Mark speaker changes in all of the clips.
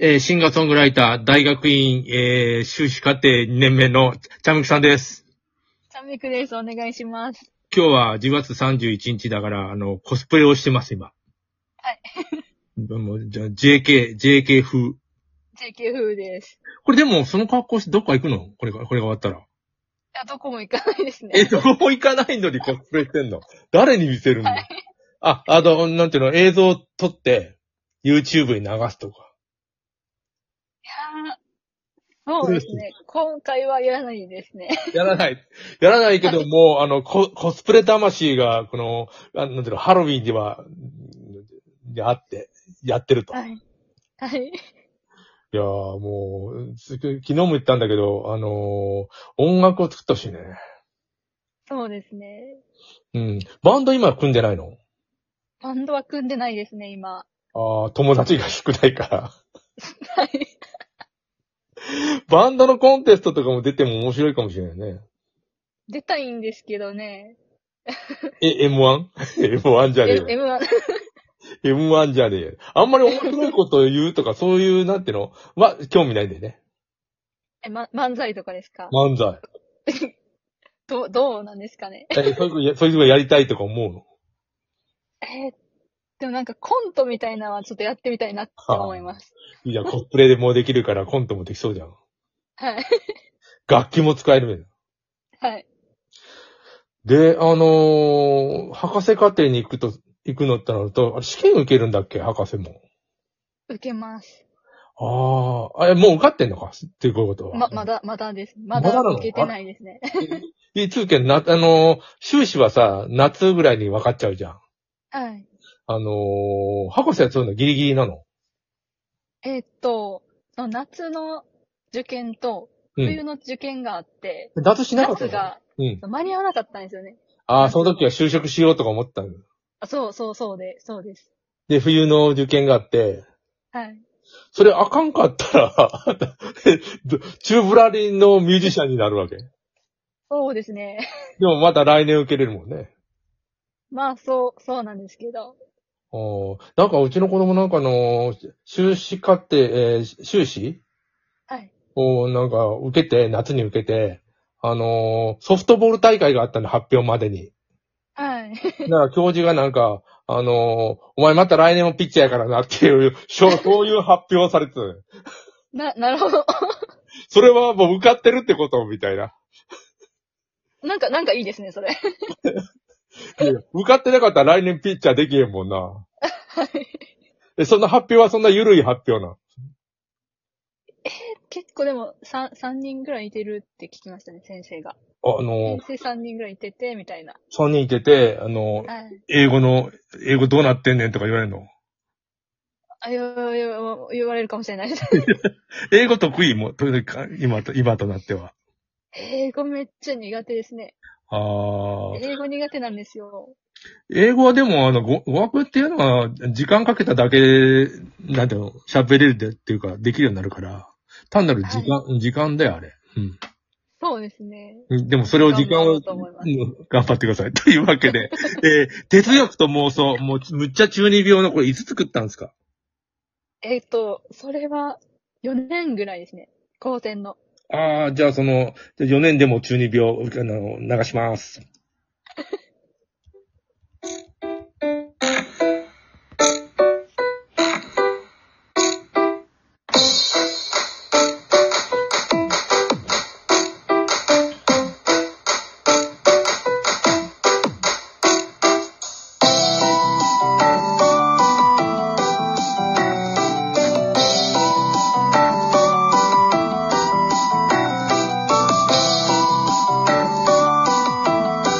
Speaker 1: えーシンガーソングライター、大学院、えー修士課程2年目のチャムキさんです。
Speaker 2: チャミクです。お願いします。
Speaker 1: 今日は10月31日だから、あの、コスプレをしてます、今。
Speaker 2: は い。
Speaker 1: もう、じゃあ JK、JK 風。
Speaker 2: JK 風です。
Speaker 1: これでも、その格好してどっか行くのこれが、これが終わったら。
Speaker 2: いや、どこも行かないです
Speaker 1: え、
Speaker 2: ね。
Speaker 1: どこも行かないのにコスプレしてんの誰に見せるのあ、あの、なんていうの、映像を撮って、YouTube に流すとか。
Speaker 2: いやーそうですね。今回はやらないですね。
Speaker 1: やらない。やらないけど、もう、あの、ココスプレ魂が、この、あなんていうの、ハロウィンでは、うんであって、やってると。い
Speaker 2: はい。はい。
Speaker 1: やー、もう、す昨日も言ったんだけど、あのー音楽を作ったしいね。
Speaker 2: そうですね。
Speaker 1: うん。バンド今組んでないの
Speaker 2: バンドは組んでないですね、今。
Speaker 1: ああ、友達が少ないから。
Speaker 2: はい。
Speaker 1: バンドのコンテストとかも出ても面白いかもしれないね。
Speaker 2: 出たいんですけどね。
Speaker 1: え、M1?M1 じゃねえよ
Speaker 2: M- M1、
Speaker 1: M1 じゃねえよ。あんまり面白いことを言うとか、そういう、なんていうのは、興味ないんだよね。
Speaker 2: えま、漫才とかですか
Speaker 1: 漫才。
Speaker 2: どう、どうなんですかね。
Speaker 1: え、そういうことや、そういうことやりたいとか思うの
Speaker 2: えーでもなんかコントみたいなのはちょっとやってみたいなって思います。
Speaker 1: いや、コスプレでもできるからコントもできそうじゃん。
Speaker 2: はい。
Speaker 1: 楽器も使える
Speaker 2: はい。
Speaker 1: ね。で、あのー、博士課程に行くと、行くのってなると、あれ試験受けるんだっけ博士も。
Speaker 2: 受けます。
Speaker 1: ああ、あ、えもう受かってんのかっていうことは。
Speaker 2: ま、まだ、まだです。ま
Speaker 1: まだ
Speaker 2: だ
Speaker 1: なの
Speaker 2: 受けてないですね。
Speaker 1: いつ受けんな、あのー、修士はさ、夏ぐらいに分かっちゃうじゃん。
Speaker 2: はい。
Speaker 1: あのー、博士はそういうのギリギリなの。
Speaker 2: えーっと、その夏の受験と
Speaker 1: う
Speaker 2: 冬
Speaker 1: ん。
Speaker 2: の受験があって、
Speaker 1: 夏しなかった
Speaker 2: 夏
Speaker 1: の
Speaker 2: が
Speaker 1: うん。
Speaker 2: 間に合わなかったんですよね。
Speaker 1: ああ、その時は就職しようとか思ったの。
Speaker 2: あそうそうそうで、そうです。
Speaker 1: で、冬の受験があって、
Speaker 2: はい。
Speaker 1: それあかんかったら え、どチューブラリンのミュージシャンになるわけ。で
Speaker 2: そうですね。
Speaker 1: もまた来年受けれるもんね。
Speaker 2: まあ、そう、そうなんですけど。
Speaker 1: おーなんかうちの子供なんかあのー、修士課程、えー修士
Speaker 2: はい。
Speaker 1: をなんか受けて、夏に受けて、あのーソフトボール大会があったの、発表までに。
Speaker 2: はい。
Speaker 1: だから教授がなんか、あのーお前また来年もピッチャーやからなっていう、そうそういう発表をされてたのよ。
Speaker 2: な、なるほど。
Speaker 1: それはもう受かってるってことみたいな。
Speaker 2: なんか、なんかいいですね、それ。
Speaker 1: いや受かってなかったら来年ピッチャーできへんもんな。え、その発表はそんな緩い発表なの。
Speaker 2: 結構でも、三、三人ぐらいいてるって聞きましたね、先生が。
Speaker 1: あの
Speaker 2: 先、生三人ぐらいいてて、みたいな。
Speaker 1: 三人いてて、あの、
Speaker 2: はい。
Speaker 1: 英語の、英語どうなってんねんとか言われるの。
Speaker 2: あ、よ、よ、言われるかもしれないです。
Speaker 1: 英語得意も、とにかく今と、今となっては。
Speaker 2: 英語めっちゃ苦手ですね。
Speaker 1: ああ。
Speaker 2: 英語苦手なんですよ。
Speaker 1: 英語はでも、あの、語語学っていうのは、時間かけただけ、なんていうの、喋れるでっていうか、できるようになるから、単なる時間、時間だよ、あれ。うん。
Speaker 2: そうですね。
Speaker 1: でもそれを時間を、うん
Speaker 2: 頑張ろうと思います
Speaker 1: 頑張ってください。と いうわけで、えー哲学と妄想、もう、むっちゃ中二病の、これいつ作ったんですか
Speaker 2: えっ、と、それは4年ぐらいですね。高専の。
Speaker 1: ああ、じゃあその、4年でも中二病、あの、流します。
Speaker 3: 「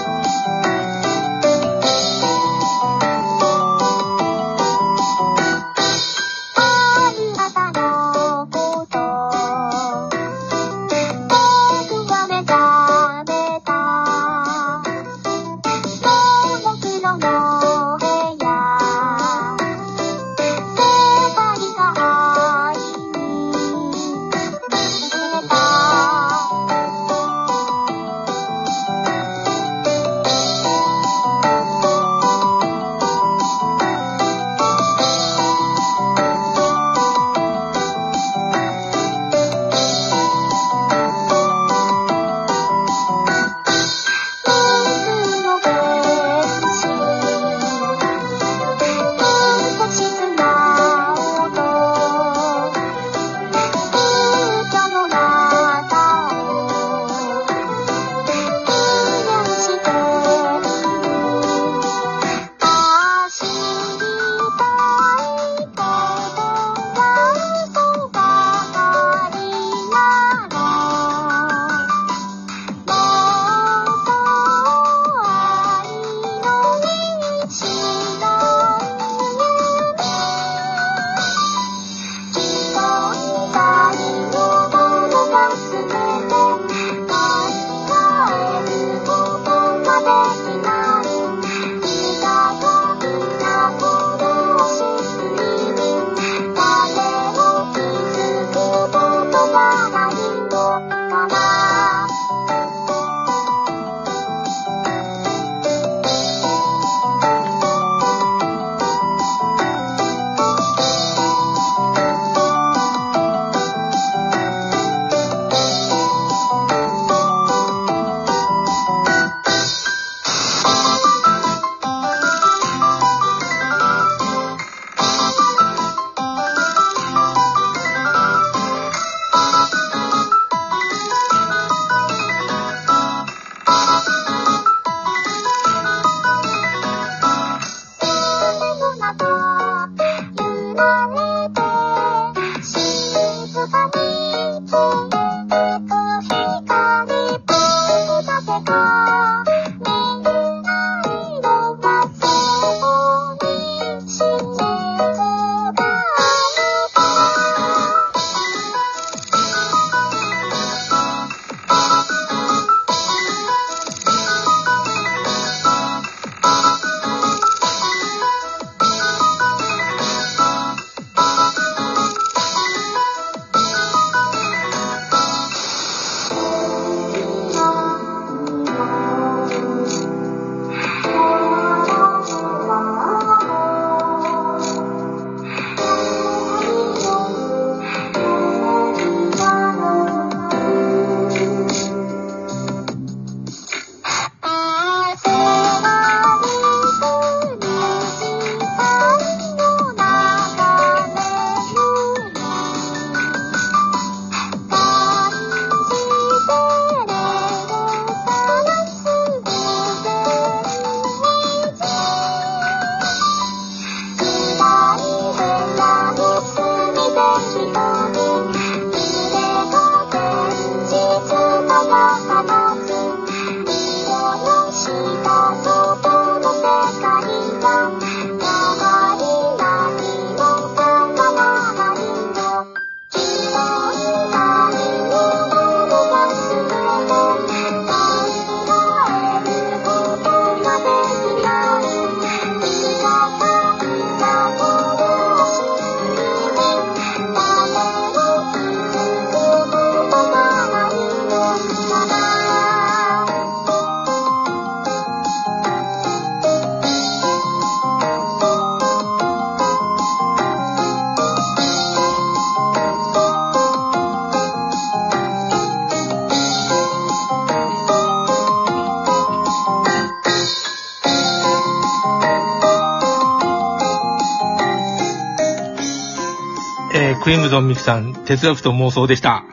Speaker 1: えー、クイムゾンミキさん、哲学と妄想でした。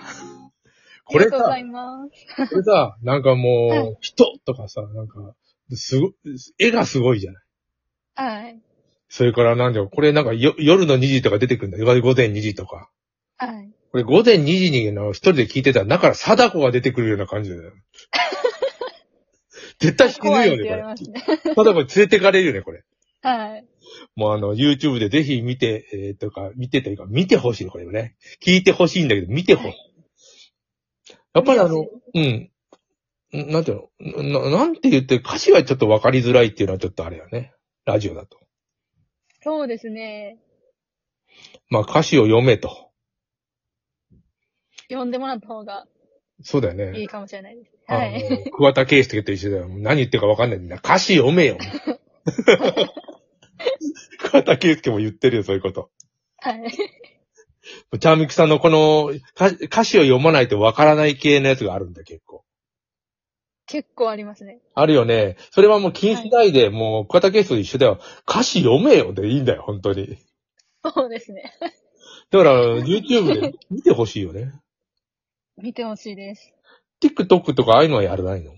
Speaker 1: こ
Speaker 2: あり
Speaker 1: れ
Speaker 2: がとうござ
Speaker 1: さ、
Speaker 2: います。
Speaker 1: これさ、なんか
Speaker 2: は
Speaker 1: もう、人とかさ、なんか、すご、絵がすごいじゃない。
Speaker 2: はい。
Speaker 1: それからなんだよ、これなんかよ夜の2時とか出てくるんだよ。午前2時とか。
Speaker 2: はい。
Speaker 1: これ午前2時にの一人で聞いてたら、中から貞子が出てくるような感じだ よ。絶対死ぬ
Speaker 2: 怖いっ
Speaker 1: よ
Speaker 2: て
Speaker 1: ね、
Speaker 2: 言
Speaker 1: これ。
Speaker 2: われますね。
Speaker 1: 貞子に連れてかれるよね、これ。
Speaker 2: はい。
Speaker 1: もうあの、YouTube でぜひ見て、えー、とか、見てというか、見てほしいの、これね。聞いてほしいんだけど、見てほしい。やっぱりあの、うん。んなんていうのななんて言って、歌詞がちょっとわかりづらいっていうのはちょっとあれよね。ラジオだと。
Speaker 2: そうですね。
Speaker 1: まあ歌詞を読めと。
Speaker 2: 呼んでもらった方が
Speaker 1: そうだよね。
Speaker 2: いいかもしれないです。
Speaker 1: あの
Speaker 2: はい。
Speaker 1: 桑田佳祐と一緒だよ。もう何言ってるかわかんないんだ。歌詞読めよ。桑田佳祐も言ってるよ、そういうこと。
Speaker 2: はい。
Speaker 1: チャーミクさんのこの歌歌詞を読まないとわからない系のやつがあるんだ、結構。
Speaker 2: 結構ありますね。
Speaker 1: あるよね。それはもう気にしないで、もう桑田佳祐と一緒だよ。歌詞読めよでいいんだよ、本当に。
Speaker 2: そうですね。
Speaker 1: だから、YouTube で見てほしいよね。
Speaker 2: 見てほしいです。
Speaker 1: TikTok とかああいうのはやらないの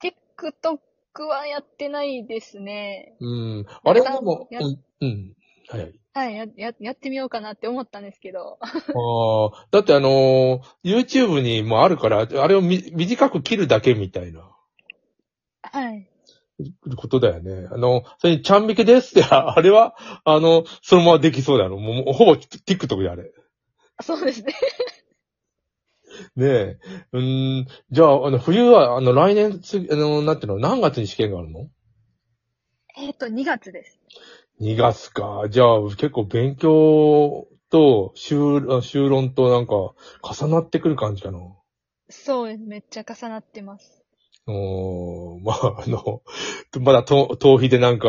Speaker 2: TikTok はやってないですね。
Speaker 1: うん。あれはでも、
Speaker 2: や
Speaker 1: うん、うん。はいはい。
Speaker 2: はい、や、や、やってみようかなって思ったんですけど。
Speaker 1: ああ、だってあのー YouTube にもあるから、あれをみ短く切るだけみたいな
Speaker 2: はい。
Speaker 1: ことだよね。あの、それにちゃんみけですって、 ああれは、あの、そのままできそうだよ。もうもう、ほぼ TikTok であれ。
Speaker 2: そうですね。
Speaker 1: ねえ。うーん。じゃあ、あの、冬は、あの、来年、つあの、なんていうの、何月に試験があるの
Speaker 2: えっと、2月です。
Speaker 1: ?2 月か。じゃあ、結構勉強と、修あ修論となんか、重なってくる感じかな。
Speaker 2: そうです。めっちゃ重なってます。
Speaker 1: おー、まあ、あの、まだと、逃避でなんか、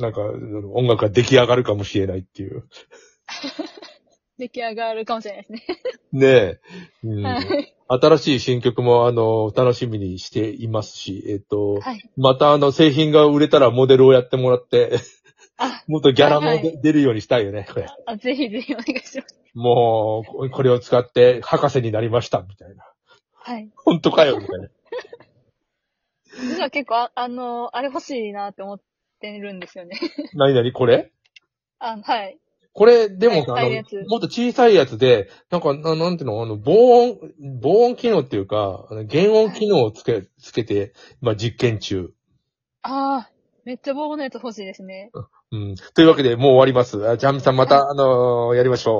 Speaker 1: なんか、音楽が出来上がるかもしれないっていう。
Speaker 2: 出来上がるかもしれないですね。
Speaker 1: ねえ。うん
Speaker 2: はい。
Speaker 1: 新しい新曲も、あの、楽しみにしていますし、えっと、
Speaker 2: はい。
Speaker 1: またあの、製品が売れたらモデルをやってもらって、
Speaker 2: あ、
Speaker 1: もっとギャラも
Speaker 2: はいは
Speaker 1: 出るようにしたいよね、これ。
Speaker 2: あぜひぜひお願いします。
Speaker 1: もう、これを使って博士になりました、みたいな。
Speaker 2: はい。
Speaker 1: 本当かよ、みたいな。
Speaker 2: 実は結構あ、あの、あれ欲しいなって思ってるんですよね。
Speaker 1: 何々これ
Speaker 2: あの、はい。
Speaker 1: これ、でも、
Speaker 2: はい
Speaker 1: あ
Speaker 2: 入
Speaker 1: の
Speaker 2: るやつ、
Speaker 1: もっと小さいやつで、なんか、ななんていうの、あの、防音、防音機能っていうか、あの原音機能をつけ、つけて、今実験中。
Speaker 2: ああ、めっちゃ棒のやつ欲しいですね。
Speaker 1: うん。というわけで、もう終わります。あジャミさんまた、あのーやりましょう。